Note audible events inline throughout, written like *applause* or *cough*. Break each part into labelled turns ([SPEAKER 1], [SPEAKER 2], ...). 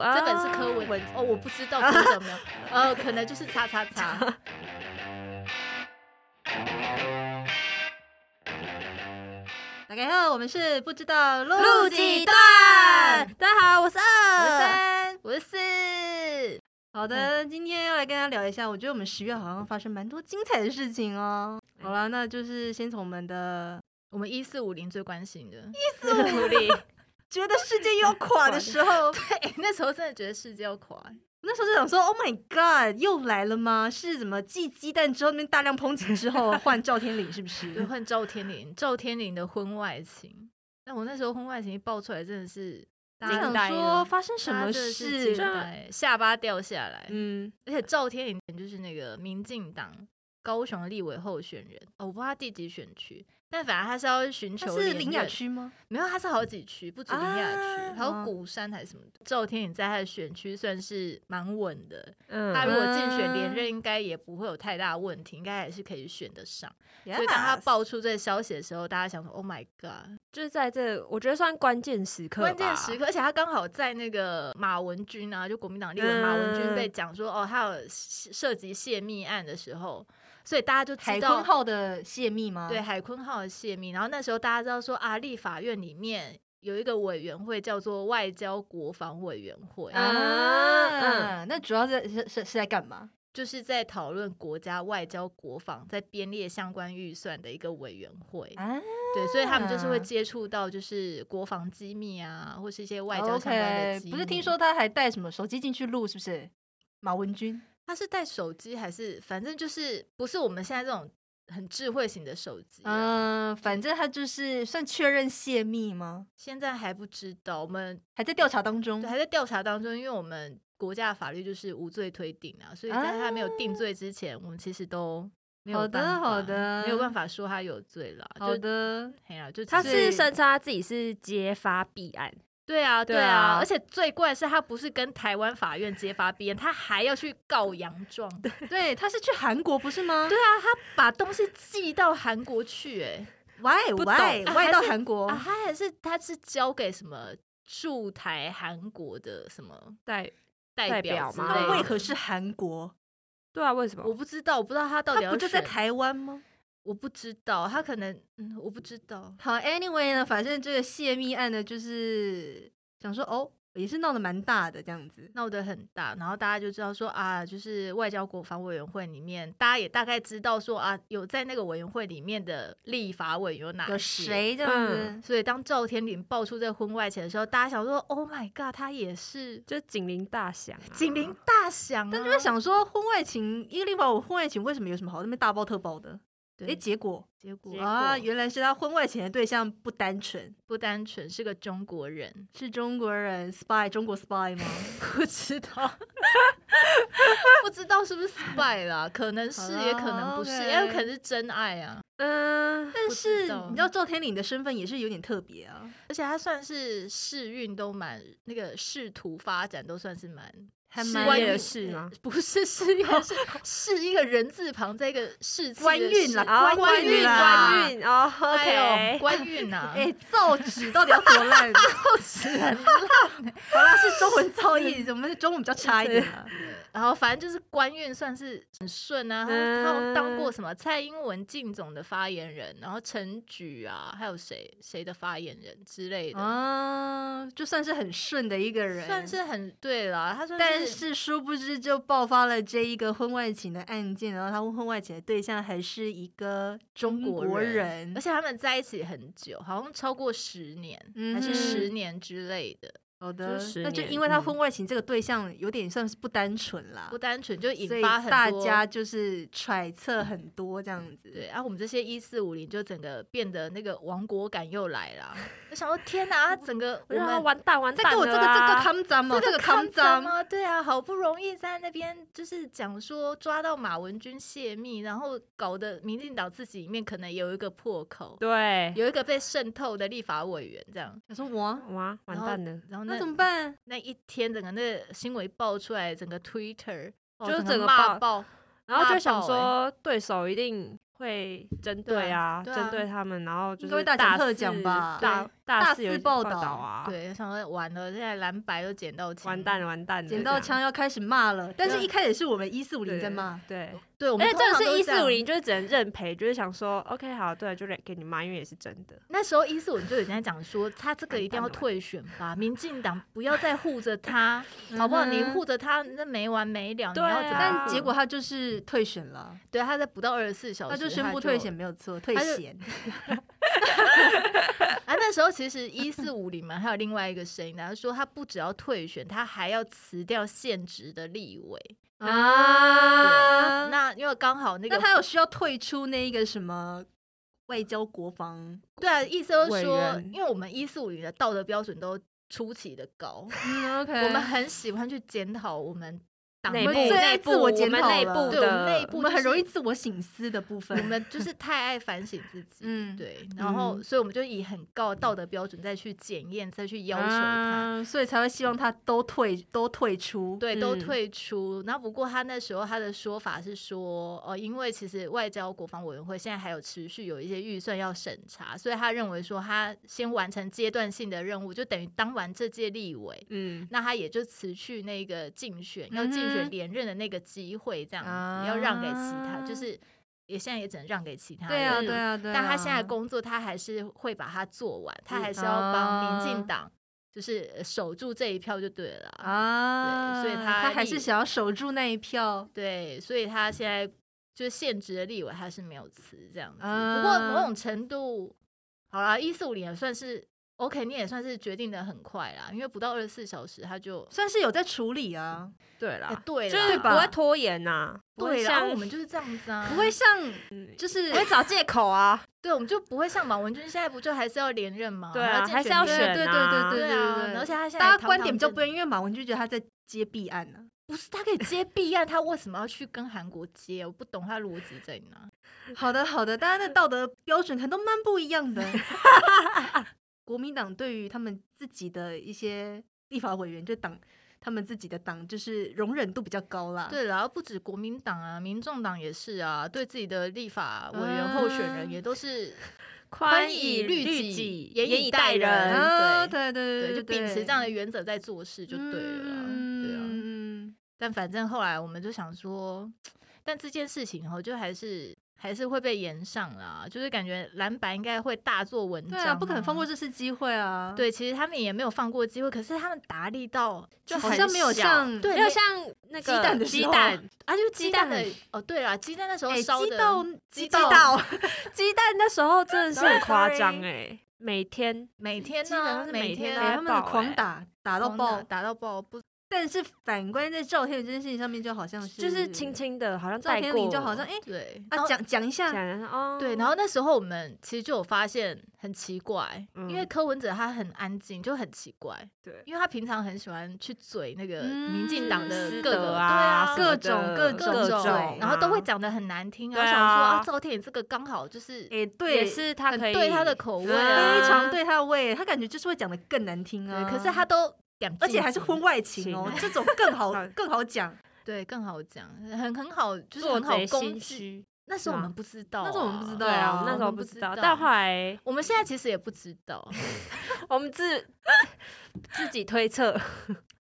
[SPEAKER 1] 啊
[SPEAKER 2] 这本是柯文哦，我不知道读者
[SPEAKER 1] *laughs*
[SPEAKER 2] 没有，呃，可能就是叉叉叉。
[SPEAKER 1] 大家好，我们是不知道录
[SPEAKER 2] 录
[SPEAKER 1] 几
[SPEAKER 2] 几
[SPEAKER 1] 段
[SPEAKER 2] 段。
[SPEAKER 1] 大家好，我是二，
[SPEAKER 2] 我是
[SPEAKER 1] 三。
[SPEAKER 2] 我是四，
[SPEAKER 1] 好的，
[SPEAKER 2] 嗯
[SPEAKER 1] 今天要来跟大家聊一下，我觉得我们十月好像发生蛮多精彩的事情哦。
[SPEAKER 2] 哎
[SPEAKER 1] 好了，那就是先从我们的
[SPEAKER 2] 我们一四五零最关心的，一四五 *laughs* 零。
[SPEAKER 1] 觉得世界又要垮
[SPEAKER 2] *laughs*
[SPEAKER 1] 的时候，
[SPEAKER 2] 对，那时候真的觉得世界要垮，
[SPEAKER 1] 那时候就想说，Oh my God，又来了吗？是怎么继鸡蛋之后那边大量抨击之
[SPEAKER 2] *laughs*
[SPEAKER 1] 后换赵天麟是不？
[SPEAKER 2] 就是换赵
[SPEAKER 1] *laughs*
[SPEAKER 2] 天麟，赵天麟的婚外情。但我那时候婚外情一爆出来，真的是
[SPEAKER 1] 就
[SPEAKER 2] 大家惊
[SPEAKER 1] 想
[SPEAKER 2] 呆
[SPEAKER 1] 说
[SPEAKER 2] 了，
[SPEAKER 1] 发生什
[SPEAKER 2] 大家
[SPEAKER 1] 么
[SPEAKER 2] 真的是
[SPEAKER 1] 事
[SPEAKER 2] 惊？呆下巴掉下来。
[SPEAKER 1] 嗯，
[SPEAKER 2] 而且赵天麟就是那个民进党高雄立委候选人，哦，我不知道他第几选区，但反正他是要寻
[SPEAKER 1] 他
[SPEAKER 2] 求
[SPEAKER 1] 是
[SPEAKER 2] 连
[SPEAKER 1] 林雅
[SPEAKER 2] 任，
[SPEAKER 1] 区吗？
[SPEAKER 2] 没有，他是好几区，不止林雅区，
[SPEAKER 1] 啊
[SPEAKER 2] 还有鼓山还是什么的。赵天麟在他的选区算是蛮稳的，他
[SPEAKER 3] 嗯，
[SPEAKER 2] 如果竞选连
[SPEAKER 1] 嗯
[SPEAKER 2] 任，应该也不会有太大问题，应该还是可以选得上。所
[SPEAKER 1] 所
[SPEAKER 2] 以当他爆出这个消息的时候，大家想说：“Oh my god！”
[SPEAKER 3] 就是在这，我觉得算关键时刻吧，
[SPEAKER 2] 关键时刻，而且他刚好在那个马文君啊，就国民党立委马文君
[SPEAKER 3] 嗯
[SPEAKER 2] 被讲说、哦，他有涉及泄密案的时候，所以大家就
[SPEAKER 1] 海
[SPEAKER 2] 知
[SPEAKER 1] 坤
[SPEAKER 2] 道。
[SPEAKER 1] 号的泄密吗？
[SPEAKER 2] 对，海坤号的泄密，然后那时候大家知道说啊，立法院里面有一个委员会叫做外交国防委员会，
[SPEAKER 3] 嗯
[SPEAKER 1] 啊，那主要在是是是在干嘛？
[SPEAKER 2] 就是在讨论国家外交国防在编列相关预算的一个委员会。
[SPEAKER 1] 啊，
[SPEAKER 2] 对，所以他们就是会
[SPEAKER 1] 啊
[SPEAKER 2] 接触到就是国防机密啊，或是一些外交相关的
[SPEAKER 1] OK，
[SPEAKER 2] 机密。
[SPEAKER 1] 不是听说他还带什么手机进去录，是不是？马文君
[SPEAKER 2] 他是带手机还是反正就是不是我们现在这种很智慧型的手机、啊？
[SPEAKER 1] 嗯、反正他就是算确认泄密吗？
[SPEAKER 2] 现在还不知道，我们
[SPEAKER 1] 还在调查当中
[SPEAKER 2] 对。还在调查当中，因为我们国家的法律就是无罪推定啊，所以
[SPEAKER 1] 啊
[SPEAKER 2] 在他没有定罪之前，我们其实都没有
[SPEAKER 1] 好的
[SPEAKER 2] 办法
[SPEAKER 1] 好的
[SPEAKER 2] 没有办法说他有罪啦。
[SPEAKER 1] 好
[SPEAKER 2] 就
[SPEAKER 1] 的，
[SPEAKER 2] 嘿啦，就
[SPEAKER 3] 他
[SPEAKER 2] 只是
[SPEAKER 3] 是声称他自己是揭发弊案，
[SPEAKER 2] 对啊，对
[SPEAKER 3] 对
[SPEAKER 2] 啊，
[SPEAKER 3] 啊
[SPEAKER 2] 而且最怪的是他不是跟台湾法院揭发别人，他还要去告洋状。对
[SPEAKER 1] 对，他是去韩国不是吗
[SPEAKER 2] 啊，他把东西寄到韩国去、欸，
[SPEAKER 1] ？Why
[SPEAKER 3] 不懂
[SPEAKER 1] why
[SPEAKER 2] 啊
[SPEAKER 1] why
[SPEAKER 2] 还
[SPEAKER 1] 到
[SPEAKER 2] 是
[SPEAKER 1] 韩国？
[SPEAKER 2] 啊，他还是他是交给什么驻台韩国的什么
[SPEAKER 3] 对
[SPEAKER 2] 代
[SPEAKER 3] 代
[SPEAKER 2] 表
[SPEAKER 3] 表
[SPEAKER 2] 之
[SPEAKER 3] 吗
[SPEAKER 2] 类
[SPEAKER 1] 那
[SPEAKER 2] 的
[SPEAKER 1] 为何是韩国？
[SPEAKER 3] 对啊，为什
[SPEAKER 2] 我
[SPEAKER 3] 么？
[SPEAKER 2] 不知道，我不知道他到
[SPEAKER 1] 他
[SPEAKER 2] 底要
[SPEAKER 1] 不就在
[SPEAKER 2] 选？
[SPEAKER 1] 台湾吗？
[SPEAKER 2] 我不知道，他可能嗯，我不知道。
[SPEAKER 1] 好，anyway 呢，反正这个泄密案呢，就是想说哦，也是闹得蛮大的这样子。
[SPEAKER 2] 闹得很大，然后大家就知道说啊，就是外交国防委员会里面，大家也大概知道说啊，有在那个委员会里面的立法委员有哪
[SPEAKER 1] 有
[SPEAKER 2] 些
[SPEAKER 1] 谁这样子
[SPEAKER 3] 嗯？
[SPEAKER 2] 所以当赵天麟爆出这婚外情的时候，大家想说：“Oh my god，他
[SPEAKER 1] *laughs*
[SPEAKER 2] 也是
[SPEAKER 3] 就警铃大响、啊，
[SPEAKER 2] 警铃大响、啊。”
[SPEAKER 1] 但就在，想说，婚外情一个立法，我婚外情为什么有什么好那边大包特包的？
[SPEAKER 2] 对，
[SPEAKER 1] 诶，结果
[SPEAKER 2] 结果
[SPEAKER 3] 结
[SPEAKER 1] 啊，
[SPEAKER 3] 果
[SPEAKER 1] 原来是他婚外情的对象不单纯，
[SPEAKER 2] 不单纯是个中国人，
[SPEAKER 1] 是中国人 spy，中国 spy 吗？
[SPEAKER 2] 不知道，不知道是不是 spy 啦，可能是，
[SPEAKER 1] *laughs* 好啦
[SPEAKER 2] 也可能不是，
[SPEAKER 1] OK
[SPEAKER 2] 也有可能是真爱啊。
[SPEAKER 3] 嗯，
[SPEAKER 1] *laughs* 但
[SPEAKER 2] 不
[SPEAKER 1] 是
[SPEAKER 2] 知
[SPEAKER 1] 你知
[SPEAKER 2] 道
[SPEAKER 1] 道赵天麟的身份也是有点特别啊，
[SPEAKER 2] 而且他算是世运都蛮那个仕途发展都算是蛮，
[SPEAKER 1] 还
[SPEAKER 2] 是
[SPEAKER 1] 蛮
[SPEAKER 2] 关
[SPEAKER 3] 关
[SPEAKER 2] 于
[SPEAKER 3] 也是吗？
[SPEAKER 2] 不是事业是是一个人字旁在一个世字的
[SPEAKER 1] 官运
[SPEAKER 2] 世
[SPEAKER 1] 啦
[SPEAKER 3] 啊
[SPEAKER 1] 官运
[SPEAKER 3] 运
[SPEAKER 1] 啦
[SPEAKER 3] 官运哦
[SPEAKER 2] 哎呦
[SPEAKER 3] ，OK，
[SPEAKER 2] 官运啊，
[SPEAKER 1] 哎、造纸到底要多烂？啊 *laughs* 好啦，是中文造诣，我们中文比较差一点啊。
[SPEAKER 2] 然后反正就是官运算是很顺啊，他
[SPEAKER 3] 嗯
[SPEAKER 2] 他有当过什么蔡英文靳总的发言人，然后陈菊啊，还有谁谁的发言人之类的，
[SPEAKER 1] 啊，就算是很顺的一个人，
[SPEAKER 2] 算是很对啦。他算
[SPEAKER 1] 但是殊不知，就爆发了这一个婚外情的案件，然后他婚外情的对象还是一个中
[SPEAKER 2] 国
[SPEAKER 1] 国
[SPEAKER 2] 人，
[SPEAKER 1] 人
[SPEAKER 2] 而且他们在一起很久，好像超过十年、
[SPEAKER 1] 嗯
[SPEAKER 2] 还是
[SPEAKER 1] 哼
[SPEAKER 2] 十年之类的，
[SPEAKER 1] 好的
[SPEAKER 3] 就，十
[SPEAKER 1] 那就
[SPEAKER 3] 年
[SPEAKER 1] 因为他
[SPEAKER 3] 嗯
[SPEAKER 1] 婚外情这个对象有点算是不单纯啦
[SPEAKER 2] 不，单纯就
[SPEAKER 1] 所
[SPEAKER 2] 引
[SPEAKER 1] 以
[SPEAKER 2] 发很
[SPEAKER 1] 大
[SPEAKER 2] 多
[SPEAKER 1] 家就是揣测很多这样子。
[SPEAKER 2] 对，啊，我们这些一四五零就整个变得那个亡国感又来了。我想说，天哪，他啊整个我
[SPEAKER 3] 我让他
[SPEAKER 2] 们
[SPEAKER 3] 完蛋完
[SPEAKER 1] 再
[SPEAKER 3] 蛋啊
[SPEAKER 1] 给我这个这个
[SPEAKER 3] 个
[SPEAKER 1] 康脏哦，这个
[SPEAKER 2] 看
[SPEAKER 1] 康脏，
[SPEAKER 2] 吗？对啊，好不容易在那边就是讲说抓到马文君泄密，然后搞得民进党自己里面可能有一个破口，
[SPEAKER 3] 对，
[SPEAKER 2] 有一个被渗透的立法委员这样。
[SPEAKER 1] 我说我啊
[SPEAKER 3] 哇，完
[SPEAKER 2] 然后
[SPEAKER 3] 蛋了，
[SPEAKER 2] 然后那
[SPEAKER 1] 那怎么办？
[SPEAKER 2] 那一天，整个那个新闻一爆出来，整个 Twitter 哦
[SPEAKER 3] 就
[SPEAKER 2] 整
[SPEAKER 3] 整个
[SPEAKER 2] 骂
[SPEAKER 3] 爆
[SPEAKER 2] 爆，
[SPEAKER 3] 然后就想
[SPEAKER 2] 大
[SPEAKER 3] 说对手一定会针对啊，
[SPEAKER 2] 对啊
[SPEAKER 3] 针对他们，然后就
[SPEAKER 1] 应该会
[SPEAKER 3] 是
[SPEAKER 1] 大讲特
[SPEAKER 3] 肆
[SPEAKER 1] 讲吧
[SPEAKER 3] 大大
[SPEAKER 1] 大
[SPEAKER 3] 四有
[SPEAKER 1] 肆
[SPEAKER 3] 一
[SPEAKER 1] 报
[SPEAKER 3] 报
[SPEAKER 1] 道
[SPEAKER 3] 啊，，
[SPEAKER 2] 对，想说完了，现在蓝白都捡到枪，
[SPEAKER 3] 完蛋了，完蛋了，
[SPEAKER 1] 捡到枪要开始骂了，但是一开始是我们一四五
[SPEAKER 3] 这
[SPEAKER 1] 零在
[SPEAKER 3] 样，
[SPEAKER 1] 骂，
[SPEAKER 3] 啊对，对
[SPEAKER 2] 对，我们
[SPEAKER 3] 而且
[SPEAKER 2] 通
[SPEAKER 3] 真的
[SPEAKER 2] 常都
[SPEAKER 3] 哎是一
[SPEAKER 2] 这样
[SPEAKER 3] 四五零，就是只能认赔，就是想说，OK，好，对，就给你骂，因为也是真的。
[SPEAKER 2] 那时候一四五就有人在讲说，他这个一定要
[SPEAKER 3] 完蛋了
[SPEAKER 2] 退选吧，民进党不要再护着
[SPEAKER 3] *laughs*
[SPEAKER 2] 他，好不好？你护着他那没完没了，你
[SPEAKER 3] 嗯对啊
[SPEAKER 2] 要怎么
[SPEAKER 1] 但
[SPEAKER 2] 护
[SPEAKER 1] 结果他就是退选了，
[SPEAKER 2] 对他在不到二十四小
[SPEAKER 1] 他
[SPEAKER 2] 时
[SPEAKER 1] 就宣布退选没有错，退
[SPEAKER 2] 他就
[SPEAKER 1] 险。
[SPEAKER 2] 啊，那时候其实一四五零嘛，还有另外一个声音，他说他不只要退选，他还要辞掉现职的立委。
[SPEAKER 1] 啊，
[SPEAKER 2] 那因为刚好那
[SPEAKER 1] 那
[SPEAKER 2] 个
[SPEAKER 1] 他有需要退出那一个什么外交国防？
[SPEAKER 2] 对啊，意思就是
[SPEAKER 3] 委
[SPEAKER 2] 说，
[SPEAKER 3] 员
[SPEAKER 2] 因为我们一四五零的道德标准都出奇的高，
[SPEAKER 1] 嗯，OK，
[SPEAKER 2] 我们
[SPEAKER 3] *laughs*
[SPEAKER 2] 很喜欢去检讨我们党
[SPEAKER 3] 内
[SPEAKER 1] 我
[SPEAKER 3] 部
[SPEAKER 1] 们最爱
[SPEAKER 3] 内部
[SPEAKER 1] 自我
[SPEAKER 3] 我
[SPEAKER 1] 检
[SPEAKER 3] 们
[SPEAKER 1] 讨
[SPEAKER 3] 内
[SPEAKER 1] 了
[SPEAKER 3] 部
[SPEAKER 2] 对我们
[SPEAKER 3] 的
[SPEAKER 2] 内部
[SPEAKER 1] 我们
[SPEAKER 2] 就
[SPEAKER 1] 很容易
[SPEAKER 2] 是
[SPEAKER 1] 自我省思的部分
[SPEAKER 2] 我。们就是太爱反省自己。
[SPEAKER 1] 嗯，
[SPEAKER 2] 对，然后
[SPEAKER 3] 嗯
[SPEAKER 2] 所以我们就以很高的道德标准再去检验，再去要求他，
[SPEAKER 1] 啊，所以才会希望他都退都退出。
[SPEAKER 2] 对，都
[SPEAKER 3] 嗯
[SPEAKER 2] 退出。那不过他那时候他的说法是说，呃，因为其实外交国防委员会现在还有持续有一些预算要审查，所以他认为说他先完成阶段性的任务，就等于当完这届立委。
[SPEAKER 3] 嗯，
[SPEAKER 2] 那他也就辞去那个竞选，要竞
[SPEAKER 1] 嗯
[SPEAKER 2] 选
[SPEAKER 1] 哼
[SPEAKER 2] 连任的那个机会，这样子、
[SPEAKER 1] 啊
[SPEAKER 2] 要让给其他，就是也现在也只能让给其他人。
[SPEAKER 1] 对啊，
[SPEAKER 3] 嗯
[SPEAKER 1] 对啊，对啊。
[SPEAKER 2] 但他现在工作，他还是会把它做完，他还是要帮民进
[SPEAKER 1] 啊
[SPEAKER 2] 党就是呃守住这一票就对了啊。
[SPEAKER 1] 啊，
[SPEAKER 2] 对所以他
[SPEAKER 1] 他还是
[SPEAKER 2] 立
[SPEAKER 1] 想要守住那一票。
[SPEAKER 2] 对，所以他现在就是现职的立委，他是没有辞这样子。不过
[SPEAKER 1] 啊
[SPEAKER 2] 某种程度，好啦，一四五零也算是 OK，你也算是决定的很快啦，因为不到二十四小时他就
[SPEAKER 1] 算是有在处理啊，
[SPEAKER 3] 对
[SPEAKER 2] 哎
[SPEAKER 3] 啦，
[SPEAKER 2] 对
[SPEAKER 3] 就
[SPEAKER 2] 啦
[SPEAKER 3] 是
[SPEAKER 1] 吧
[SPEAKER 3] 不会拖延呐，不会
[SPEAKER 2] 对啦，然哦
[SPEAKER 3] 像嗯
[SPEAKER 2] 后我们就是这样子啊，
[SPEAKER 1] 不会像就是
[SPEAKER 3] 不会找借
[SPEAKER 2] *laughs*
[SPEAKER 3] 口啊，
[SPEAKER 2] 对，我们就不会像马文君现在不就还是要连任吗？
[SPEAKER 3] 对啊，
[SPEAKER 2] 竞
[SPEAKER 3] 还是要
[SPEAKER 2] 对
[SPEAKER 3] 选啊，
[SPEAKER 1] 对对
[SPEAKER 2] 对啊
[SPEAKER 1] 对对
[SPEAKER 2] 而且他现在
[SPEAKER 1] 大
[SPEAKER 2] 也
[SPEAKER 1] 家
[SPEAKER 2] 堂
[SPEAKER 1] 观
[SPEAKER 2] 堂
[SPEAKER 1] 点比较
[SPEAKER 2] 正
[SPEAKER 1] 不一样，因为马文君觉得他在接弊案啊呢。
[SPEAKER 2] 不是他可以接 B 案，他为什么要去跟韩国接？我不懂他逻辑在哪。
[SPEAKER 1] 好的，好的，大家的道德标准可能都蛮不一
[SPEAKER 2] *laughs*
[SPEAKER 1] 样的。国民党对于他们自己的一些立法委员，就党他们自己的党，就是容忍度比较高啦。
[SPEAKER 2] 对，然后不止国民党啊，民众党也是啊，对自己的立法委员候选
[SPEAKER 1] 嗯
[SPEAKER 2] 人也都是
[SPEAKER 3] 宽
[SPEAKER 2] 以
[SPEAKER 3] 以
[SPEAKER 2] 律
[SPEAKER 3] 律
[SPEAKER 2] 己
[SPEAKER 3] 己，
[SPEAKER 2] 严以
[SPEAKER 3] 以
[SPEAKER 2] 待
[SPEAKER 3] 待
[SPEAKER 2] 人
[SPEAKER 3] 人。
[SPEAKER 1] 啊，
[SPEAKER 2] 对
[SPEAKER 1] 对对
[SPEAKER 2] 对，
[SPEAKER 1] 对，
[SPEAKER 2] 就秉持这样的原则在做事就对了啦。对啊，
[SPEAKER 1] 嗯
[SPEAKER 2] 但反正后来我们就想说，但这件事情哦，就还是还是会被延上啦，就是感觉蓝白应该会大做文章、
[SPEAKER 1] 对啊，不可能放过。这次机会啊。，
[SPEAKER 2] 对，其实他们也没有放过机会，可是他们打力道
[SPEAKER 1] 就
[SPEAKER 2] 就
[SPEAKER 1] 好
[SPEAKER 2] 很
[SPEAKER 1] 像没有
[SPEAKER 2] 小
[SPEAKER 1] 像
[SPEAKER 2] 对
[SPEAKER 3] 没有像那
[SPEAKER 1] 鸡
[SPEAKER 3] 个
[SPEAKER 1] 蛋的时
[SPEAKER 3] 鸡
[SPEAKER 1] 候
[SPEAKER 3] 蛋，
[SPEAKER 2] 啊，就是鸡
[SPEAKER 3] 鸡
[SPEAKER 2] 蛋的
[SPEAKER 3] 蛋
[SPEAKER 2] 哦，对了，鸡蛋那时候
[SPEAKER 1] 哎，
[SPEAKER 2] 烧
[SPEAKER 1] 鸡
[SPEAKER 2] 的，
[SPEAKER 1] 豆
[SPEAKER 2] 鸡
[SPEAKER 1] 鸡
[SPEAKER 2] 豆
[SPEAKER 1] 豆，
[SPEAKER 3] 鸡蛋那时候真的是很夸
[SPEAKER 1] Sorry，
[SPEAKER 3] 张
[SPEAKER 1] sorry
[SPEAKER 3] 哎，每天
[SPEAKER 2] 每天
[SPEAKER 3] 基本
[SPEAKER 2] 呢
[SPEAKER 3] 上，是
[SPEAKER 2] 每
[SPEAKER 3] 每
[SPEAKER 2] 天
[SPEAKER 3] 天都在
[SPEAKER 1] 他
[SPEAKER 2] 啊
[SPEAKER 1] 们
[SPEAKER 3] 爆
[SPEAKER 1] 狂
[SPEAKER 3] 哎
[SPEAKER 1] 打打到
[SPEAKER 2] 狂打
[SPEAKER 1] 爆。
[SPEAKER 2] 打到爆，不
[SPEAKER 1] 但是反观在赵天宇这件事情上面，就好像是
[SPEAKER 3] 就是轻轻的，好像
[SPEAKER 1] 赵
[SPEAKER 3] 带
[SPEAKER 1] 天
[SPEAKER 3] 过，
[SPEAKER 1] 林就好像哎
[SPEAKER 2] 对然
[SPEAKER 1] 啊
[SPEAKER 2] 后
[SPEAKER 1] 讲讲一下，
[SPEAKER 3] 讲哦，
[SPEAKER 2] 对，然后那时候我们其实就有发现很奇怪，因为
[SPEAKER 3] 嗯
[SPEAKER 2] 柯文哲他很安静，就很奇怪，
[SPEAKER 3] 对
[SPEAKER 2] 因为他平常很喜欢去嘴那个民进党的
[SPEAKER 3] 私
[SPEAKER 2] 各
[SPEAKER 3] 德
[SPEAKER 2] 个
[SPEAKER 3] 啊，
[SPEAKER 2] 对啊
[SPEAKER 1] 各
[SPEAKER 3] 各
[SPEAKER 1] 种各
[SPEAKER 3] 各
[SPEAKER 2] 各
[SPEAKER 1] 种
[SPEAKER 2] 种
[SPEAKER 1] 嘴
[SPEAKER 2] 啊，然后都会
[SPEAKER 3] 啊，
[SPEAKER 2] 讲的很难听，
[SPEAKER 3] 对
[SPEAKER 2] 然后想说
[SPEAKER 3] 啊
[SPEAKER 2] 啊，赵天宇这个刚好就是
[SPEAKER 1] 哎，对，
[SPEAKER 3] 也是他
[SPEAKER 2] 很
[SPEAKER 3] 可以
[SPEAKER 2] 对他的口味啊嗯
[SPEAKER 1] 非常
[SPEAKER 3] 嗯
[SPEAKER 1] 对他的胃，他感觉就是会讲的更难听
[SPEAKER 2] 对，
[SPEAKER 1] 啊。
[SPEAKER 2] 可是他，都讲，
[SPEAKER 1] 而且还是婚外情哦
[SPEAKER 3] 情，啊
[SPEAKER 1] 这种更好
[SPEAKER 3] 好
[SPEAKER 1] 更好讲。
[SPEAKER 2] 对更好讲，很很好，就是
[SPEAKER 3] 做
[SPEAKER 2] 很好
[SPEAKER 3] 贼
[SPEAKER 2] 攻
[SPEAKER 3] 心
[SPEAKER 2] 击。
[SPEAKER 3] 虚，
[SPEAKER 2] 那时候我
[SPEAKER 3] 吗
[SPEAKER 2] 们不知道啊、
[SPEAKER 1] 那时候我们不知道
[SPEAKER 3] 对啊，
[SPEAKER 1] 啊
[SPEAKER 3] 我们那时候
[SPEAKER 2] 我不
[SPEAKER 3] 不
[SPEAKER 2] 知
[SPEAKER 3] 知道，
[SPEAKER 2] 道
[SPEAKER 3] 但后来
[SPEAKER 2] 我们现在其实也不知道。
[SPEAKER 3] 我们自自己推测，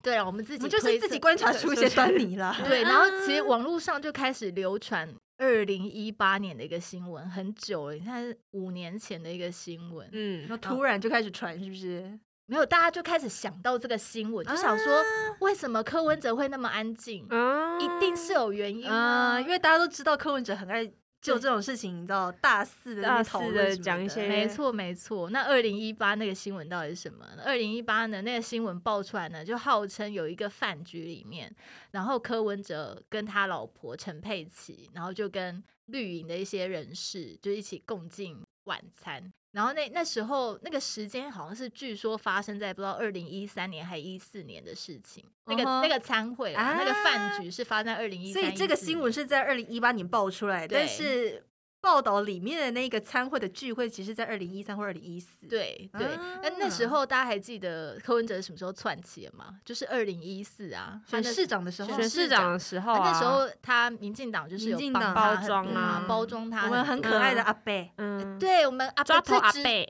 [SPEAKER 2] 对啊，我们自
[SPEAKER 1] 我
[SPEAKER 2] 己
[SPEAKER 1] 们就是
[SPEAKER 2] 推
[SPEAKER 1] 自
[SPEAKER 2] 测
[SPEAKER 1] 己观察出一些端倪啦。
[SPEAKER 2] 对，然后其实网络上就开始流传二零一八年的一个新闻，很久了，你看是五年前的一个新闻，
[SPEAKER 3] 嗯
[SPEAKER 1] 然，后突然就开始传，是不是？
[SPEAKER 2] 没有大家就开始想到这个新闻，就想说为什么柯文哲会那么安静，
[SPEAKER 3] 嗯
[SPEAKER 2] 一定是有原因啊，
[SPEAKER 1] 嗯，因为大家都知道柯文哲很爱就
[SPEAKER 2] 对
[SPEAKER 1] 这种事情，你知道大肆的
[SPEAKER 3] 大肆
[SPEAKER 1] 讨
[SPEAKER 3] 地
[SPEAKER 1] 论什么
[SPEAKER 3] 讲一
[SPEAKER 1] 的
[SPEAKER 3] 些
[SPEAKER 2] 没错，没错。那二零一八那个新闻到底是什么呢？二零一八呢，那个新闻爆出来呢，就号称有一个饭局里面，然后柯文哲跟他老婆陈佩琪，然后就跟绿营的一些人士就一起共进晚餐。然后那那时候那个时间好像是据说发生在不知道二零一三年还一四年的事情，那个
[SPEAKER 1] 嗯哼啊
[SPEAKER 2] 那个餐会啦，那个饭局是发生在二零一
[SPEAKER 1] 所
[SPEAKER 2] 三。
[SPEAKER 1] 以这个新闻
[SPEAKER 2] 是
[SPEAKER 1] 是在二零一八年爆出来，但
[SPEAKER 2] 对
[SPEAKER 1] 是报道里面的那个参会的聚会，其实在二零一三或二零一四。，
[SPEAKER 2] 对对，那、那时
[SPEAKER 1] 啊
[SPEAKER 2] 候大家还记得柯文哲什么时候窜起了吗？就是二零一四啊，他
[SPEAKER 1] 选
[SPEAKER 2] 那
[SPEAKER 1] 市长的时候，
[SPEAKER 3] 选市长的时候
[SPEAKER 2] 他
[SPEAKER 3] 啊，
[SPEAKER 2] 那时候他民进党就是有
[SPEAKER 1] 民进
[SPEAKER 2] 帮
[SPEAKER 1] 党
[SPEAKER 2] 他
[SPEAKER 3] 包
[SPEAKER 2] 很
[SPEAKER 3] 装
[SPEAKER 2] 多嘛
[SPEAKER 3] 啊
[SPEAKER 2] 包装他
[SPEAKER 1] 我
[SPEAKER 2] 多，
[SPEAKER 1] 们很可爱的
[SPEAKER 3] 嗯
[SPEAKER 1] 阿贝，
[SPEAKER 3] 嗯，
[SPEAKER 2] 呃对我们阿伯
[SPEAKER 3] 抓头
[SPEAKER 2] 最
[SPEAKER 3] *laughs* 阿
[SPEAKER 2] 值
[SPEAKER 3] 贝，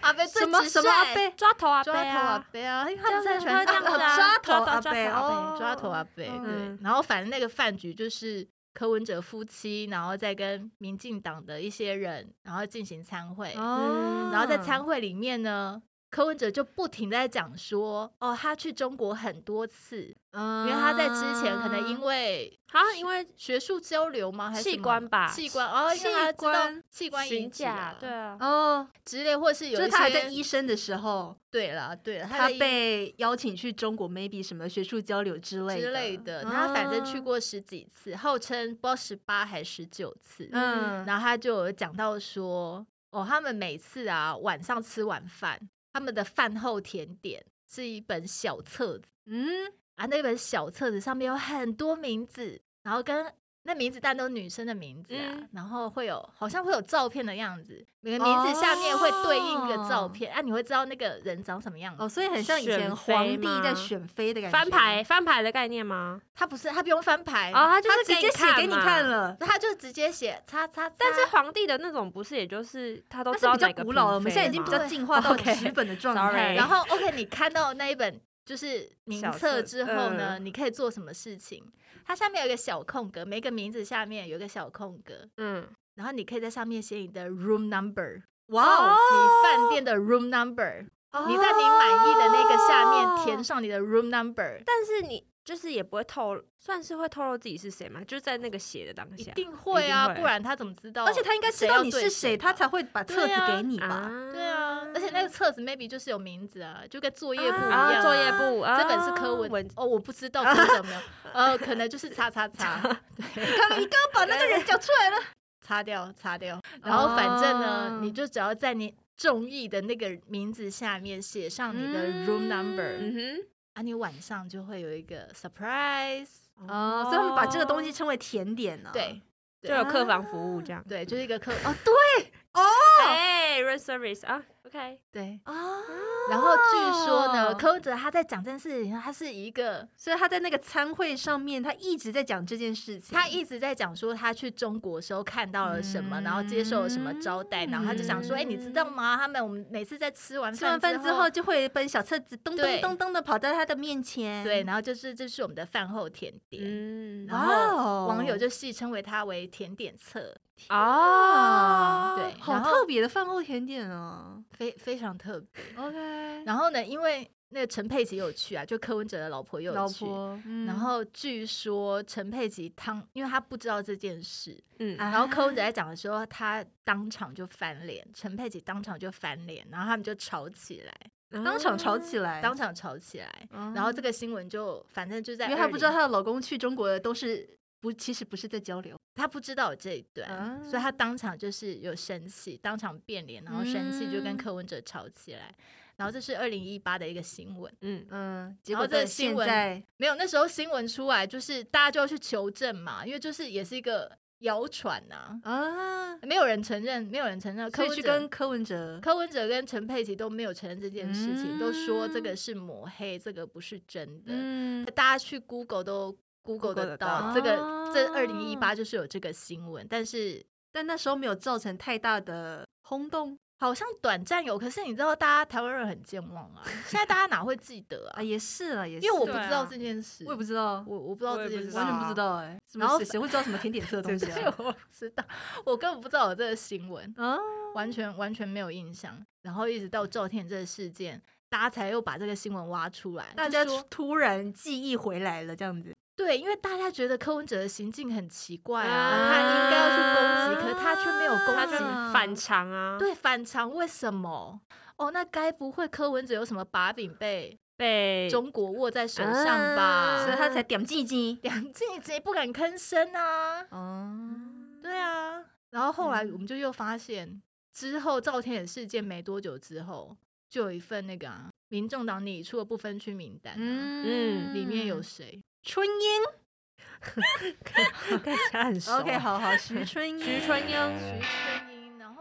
[SPEAKER 2] 阿贝最
[SPEAKER 1] 什么
[SPEAKER 2] 直
[SPEAKER 1] 什么
[SPEAKER 2] 率
[SPEAKER 1] 阿贝
[SPEAKER 3] 抓头阿贝
[SPEAKER 2] 抓头阿
[SPEAKER 3] 啊，
[SPEAKER 2] 贝啊，因为他们在喜欢
[SPEAKER 3] 这样子
[SPEAKER 2] 抓
[SPEAKER 1] 抓
[SPEAKER 3] 啊
[SPEAKER 1] 头阿
[SPEAKER 3] 抓头
[SPEAKER 1] 贝
[SPEAKER 3] 抓头阿
[SPEAKER 1] 哦
[SPEAKER 2] 对， *laughs* 抓头阿贝，对
[SPEAKER 3] 嗯。
[SPEAKER 2] 然后反正那个饭局就是柯文哲夫妻，然后再跟民进党的一些人，然后进行参会，
[SPEAKER 1] 哦
[SPEAKER 2] 嗯然后在参会里面呢。柯文哲就不停地在讲说，哦，他去中国很多次，因
[SPEAKER 1] 因
[SPEAKER 2] 为他在之前可能因为
[SPEAKER 3] 啊，因为
[SPEAKER 2] 学术交流吗？还是
[SPEAKER 3] 器
[SPEAKER 2] 什么
[SPEAKER 3] 官吧
[SPEAKER 2] 器官哦，因为他知道器官移
[SPEAKER 3] 询
[SPEAKER 2] 植
[SPEAKER 3] 价
[SPEAKER 2] 啊
[SPEAKER 3] 对啊，
[SPEAKER 1] 哦，
[SPEAKER 2] 之类，或是有
[SPEAKER 1] 就是
[SPEAKER 2] 一些
[SPEAKER 1] 他还在医生的时候，
[SPEAKER 2] 对了对了，
[SPEAKER 1] 他
[SPEAKER 2] 在医
[SPEAKER 1] 被邀请去中国，maybe 什么学术交流之类哦
[SPEAKER 2] 之类的，他反正去过十几次，号称不知道十八还十九次。
[SPEAKER 1] 嗯，
[SPEAKER 2] 然后他就有讲到说，哦，他们每次啊晚上吃晚饭，他们的饭后甜点是一本小册子
[SPEAKER 1] 嗯，
[SPEAKER 2] 啊，那本小册子上面有很多名字，然后跟那名字但都是女生的名字啊，
[SPEAKER 3] 嗯
[SPEAKER 2] 然后会有好像会有照片的样子，每个名字下面会对应一个
[SPEAKER 3] 哦
[SPEAKER 2] 照片，啊，你会知道那个人长什么样子。
[SPEAKER 1] 哦，所以很像以前
[SPEAKER 3] 选
[SPEAKER 1] 皇
[SPEAKER 3] 妃
[SPEAKER 1] 帝在
[SPEAKER 3] 吗
[SPEAKER 1] 选妃的感觉，啊
[SPEAKER 3] 翻牌，翻牌的概念吗？
[SPEAKER 2] 他不是他不用翻牌
[SPEAKER 3] 哦，他就
[SPEAKER 1] 他
[SPEAKER 3] 是
[SPEAKER 1] 直接写给你
[SPEAKER 3] 嘛
[SPEAKER 1] 看。了。
[SPEAKER 2] 他就直接写叉叉叉，
[SPEAKER 3] 但是皇帝的那种不是，也就是他都
[SPEAKER 1] 那
[SPEAKER 3] 知
[SPEAKER 1] 是
[SPEAKER 3] 道
[SPEAKER 1] 比较
[SPEAKER 3] 哪个
[SPEAKER 1] 古老了，我
[SPEAKER 3] 嫔
[SPEAKER 1] 们
[SPEAKER 3] 妃
[SPEAKER 1] 现在已经比
[SPEAKER 3] 嘛
[SPEAKER 1] 较进化
[SPEAKER 2] *laughs*
[SPEAKER 1] 到
[SPEAKER 3] OK，
[SPEAKER 1] 纸本的状态。
[SPEAKER 3] sorry
[SPEAKER 2] 然后 OK，你看到那一本就是名
[SPEAKER 3] 小
[SPEAKER 2] 册
[SPEAKER 3] 册嗯
[SPEAKER 2] 之后呢，你可以做什么事情？它下面有一个小空格，每个名字下面有一个小空格，
[SPEAKER 3] 嗯，
[SPEAKER 2] 然后你可以在上面写你的 room number，
[SPEAKER 1] 哇哦，
[SPEAKER 2] 你饭店的 room number，你在你满意的那个下面
[SPEAKER 3] 哦
[SPEAKER 2] 填上你的 room number，
[SPEAKER 3] 但是你就是也不会透，算是会透露自己是谁嘛？就是在那个写的当
[SPEAKER 2] 一
[SPEAKER 3] 下，
[SPEAKER 2] 定会啊，
[SPEAKER 3] 一定会
[SPEAKER 2] 不然他怎么知道？
[SPEAKER 1] 而且他应该知道你是谁，他才
[SPEAKER 2] 会。
[SPEAKER 1] 会把册子给你吧？
[SPEAKER 3] 啊
[SPEAKER 2] 对啊，而且那个册子 maybe 就是有名字啊，就跟作业簿一样
[SPEAKER 3] 啊
[SPEAKER 2] 啊。
[SPEAKER 3] 作业簿，啊
[SPEAKER 2] 这本是柯文
[SPEAKER 3] 文
[SPEAKER 2] 哦，我不知道读怎么样，呃，可能就是擦擦擦，
[SPEAKER 1] 你刚你刚刚把那个人讲出来了，
[SPEAKER 2] 擦掉擦掉，然后反正呢，
[SPEAKER 1] 哦
[SPEAKER 2] 你就只要在你中意的那个名字下面写上你的 room
[SPEAKER 1] 嗯
[SPEAKER 2] number，、
[SPEAKER 3] 嗯
[SPEAKER 2] 啊，你晚上就会有一个 surprise，、
[SPEAKER 3] 哼，
[SPEAKER 1] 哦，所以他们把这个东西称为甜点呢。
[SPEAKER 2] 对
[SPEAKER 3] 就有客房服务这样。
[SPEAKER 2] 对，就是一个客哦，对
[SPEAKER 3] 哎，room service 啊，OK，
[SPEAKER 2] 对。
[SPEAKER 1] 啊，
[SPEAKER 2] 然后据说呢，
[SPEAKER 1] 哦
[SPEAKER 2] 柯文哲他在讲这件事情，他是一个
[SPEAKER 1] 所以他在那个餐会上面，他一直在讲这件事情。
[SPEAKER 2] 他一直在讲说他去中国的时候看到了什么，然后接受了什么招待，然后他就想说，哎、你知道吗？他们我们每次在吃完
[SPEAKER 1] 吃完饭之后，就会有一本小册子咚
[SPEAKER 2] 对
[SPEAKER 1] 咚咚咚的跑到他的面前。
[SPEAKER 2] 对，，然后就是这是我们的饭后甜点，
[SPEAKER 3] 嗯
[SPEAKER 2] 然
[SPEAKER 1] 哇
[SPEAKER 2] 后
[SPEAKER 1] 哦
[SPEAKER 2] 网友就戏称为它为甜点册，
[SPEAKER 3] 哦，
[SPEAKER 2] 对
[SPEAKER 1] 好
[SPEAKER 2] 然后
[SPEAKER 1] 特别的饭后甜点哦。
[SPEAKER 2] 非非常特别。
[SPEAKER 1] OK，
[SPEAKER 2] 然后呢，因为那个陈佩琪有去啊，就柯文哲的老婆也有
[SPEAKER 1] 老
[SPEAKER 2] 去。
[SPEAKER 1] 婆，嗯
[SPEAKER 2] 然后据说陈佩琪当，因为她不知道这件事，
[SPEAKER 3] 嗯，
[SPEAKER 2] 然后柯文哲在讲的时候，他当场就翻脸，陈佩琪当场就翻脸，然后他们就吵起来，
[SPEAKER 1] 当场
[SPEAKER 3] 嗯
[SPEAKER 1] 吵起来，
[SPEAKER 2] 当场吵起来。
[SPEAKER 1] 嗯
[SPEAKER 2] 然后这个新闻就反正就在20，
[SPEAKER 1] 因为她不知道她的老公去中国的都是不，其实不是在交流，
[SPEAKER 2] 他不知道有这一段，
[SPEAKER 1] 啊
[SPEAKER 2] 所以他当场就是有生气，当场变脸，然后生气就
[SPEAKER 1] 嗯
[SPEAKER 2] 跟柯文哲吵起来。然后这是二零一八的一个新闻，
[SPEAKER 3] 嗯，
[SPEAKER 1] 嗯，结
[SPEAKER 2] 然后
[SPEAKER 1] 果
[SPEAKER 2] 这个
[SPEAKER 1] 在
[SPEAKER 2] 新
[SPEAKER 1] 现
[SPEAKER 2] 闻
[SPEAKER 1] 在
[SPEAKER 2] 没有那时候新闻出来，就是大家就要去求证嘛，因为就是也是一个谣传呐、
[SPEAKER 1] 啊，
[SPEAKER 2] 没有人承认，没有人承认，
[SPEAKER 1] 所
[SPEAKER 2] 柯
[SPEAKER 1] 以
[SPEAKER 2] 文
[SPEAKER 1] 去
[SPEAKER 2] 哲
[SPEAKER 1] 跟柯文哲，
[SPEAKER 2] 柯文哲跟陈佩琪都没有承认这件事情，
[SPEAKER 1] 嗯
[SPEAKER 2] 都说这个是抹黑，这个不是真的。
[SPEAKER 1] 嗯，
[SPEAKER 2] 大家去 Google 都 Google 得
[SPEAKER 3] 得到
[SPEAKER 2] 这个、这二零一
[SPEAKER 1] 哦
[SPEAKER 2] 八就是有这个新闻，但是
[SPEAKER 1] 但那时候没有造成太大的轰动
[SPEAKER 2] 好像短暂有，可是你知道，大家台湾人很健忘啊，现在大家哪会记得啊
[SPEAKER 1] 啊，？也是啊，也是，
[SPEAKER 2] 因为我不
[SPEAKER 3] 对
[SPEAKER 2] 知道
[SPEAKER 3] 啊
[SPEAKER 2] 这件事，
[SPEAKER 1] 我也不知道，
[SPEAKER 2] 我我不知道
[SPEAKER 3] 我
[SPEAKER 2] 这
[SPEAKER 3] 也
[SPEAKER 2] 件
[SPEAKER 3] 不
[SPEAKER 2] 事，
[SPEAKER 3] 知道
[SPEAKER 1] 完全
[SPEAKER 3] 啊
[SPEAKER 1] 不知道哎，什么
[SPEAKER 2] 然后
[SPEAKER 1] 谁谁会知道什么甜点
[SPEAKER 2] *laughs*
[SPEAKER 1] 色的东西啊？
[SPEAKER 2] 我不知道，我根本不知道有这个新闻。
[SPEAKER 1] 啊，
[SPEAKER 2] 完全完全没有印象。然后一直到赵天这个事件，大家才又把这个新闻挖出来。
[SPEAKER 1] 大
[SPEAKER 2] 就
[SPEAKER 1] 家
[SPEAKER 2] 说
[SPEAKER 1] 突然记忆回来了，这样子，
[SPEAKER 2] 对，因为大家觉得柯文哲的行径很奇怪啊，
[SPEAKER 3] 啊
[SPEAKER 2] 他应该要去攻击，可是他却没有
[SPEAKER 3] 他
[SPEAKER 2] 攻
[SPEAKER 3] 就
[SPEAKER 2] 击，
[SPEAKER 1] 啊
[SPEAKER 3] 反常啊，
[SPEAKER 2] 对，反常为什么？哦，那该不会柯文哲有什么把柄被
[SPEAKER 3] 被
[SPEAKER 2] 中国握在手上吧
[SPEAKER 3] 啊
[SPEAKER 1] 所？以他
[SPEAKER 2] 嗯
[SPEAKER 1] 才点记记，
[SPEAKER 2] 梁 *laughs* 静姐不敢吭声啊，
[SPEAKER 1] 哦。
[SPEAKER 2] 对啊。然后后来
[SPEAKER 3] 嗯
[SPEAKER 2] 我们就又发现，之后赵天野事件没多久之后，就有一份那个啊，民众党拟出的不分区名单、啊，
[SPEAKER 1] 嗯
[SPEAKER 2] 里面有谁？
[SPEAKER 1] 春英
[SPEAKER 3] 看起来很熟啊。
[SPEAKER 1] ，OK，好好，
[SPEAKER 2] *laughs*
[SPEAKER 1] 徐春英，
[SPEAKER 3] 徐春英，
[SPEAKER 2] 徐春英，然后。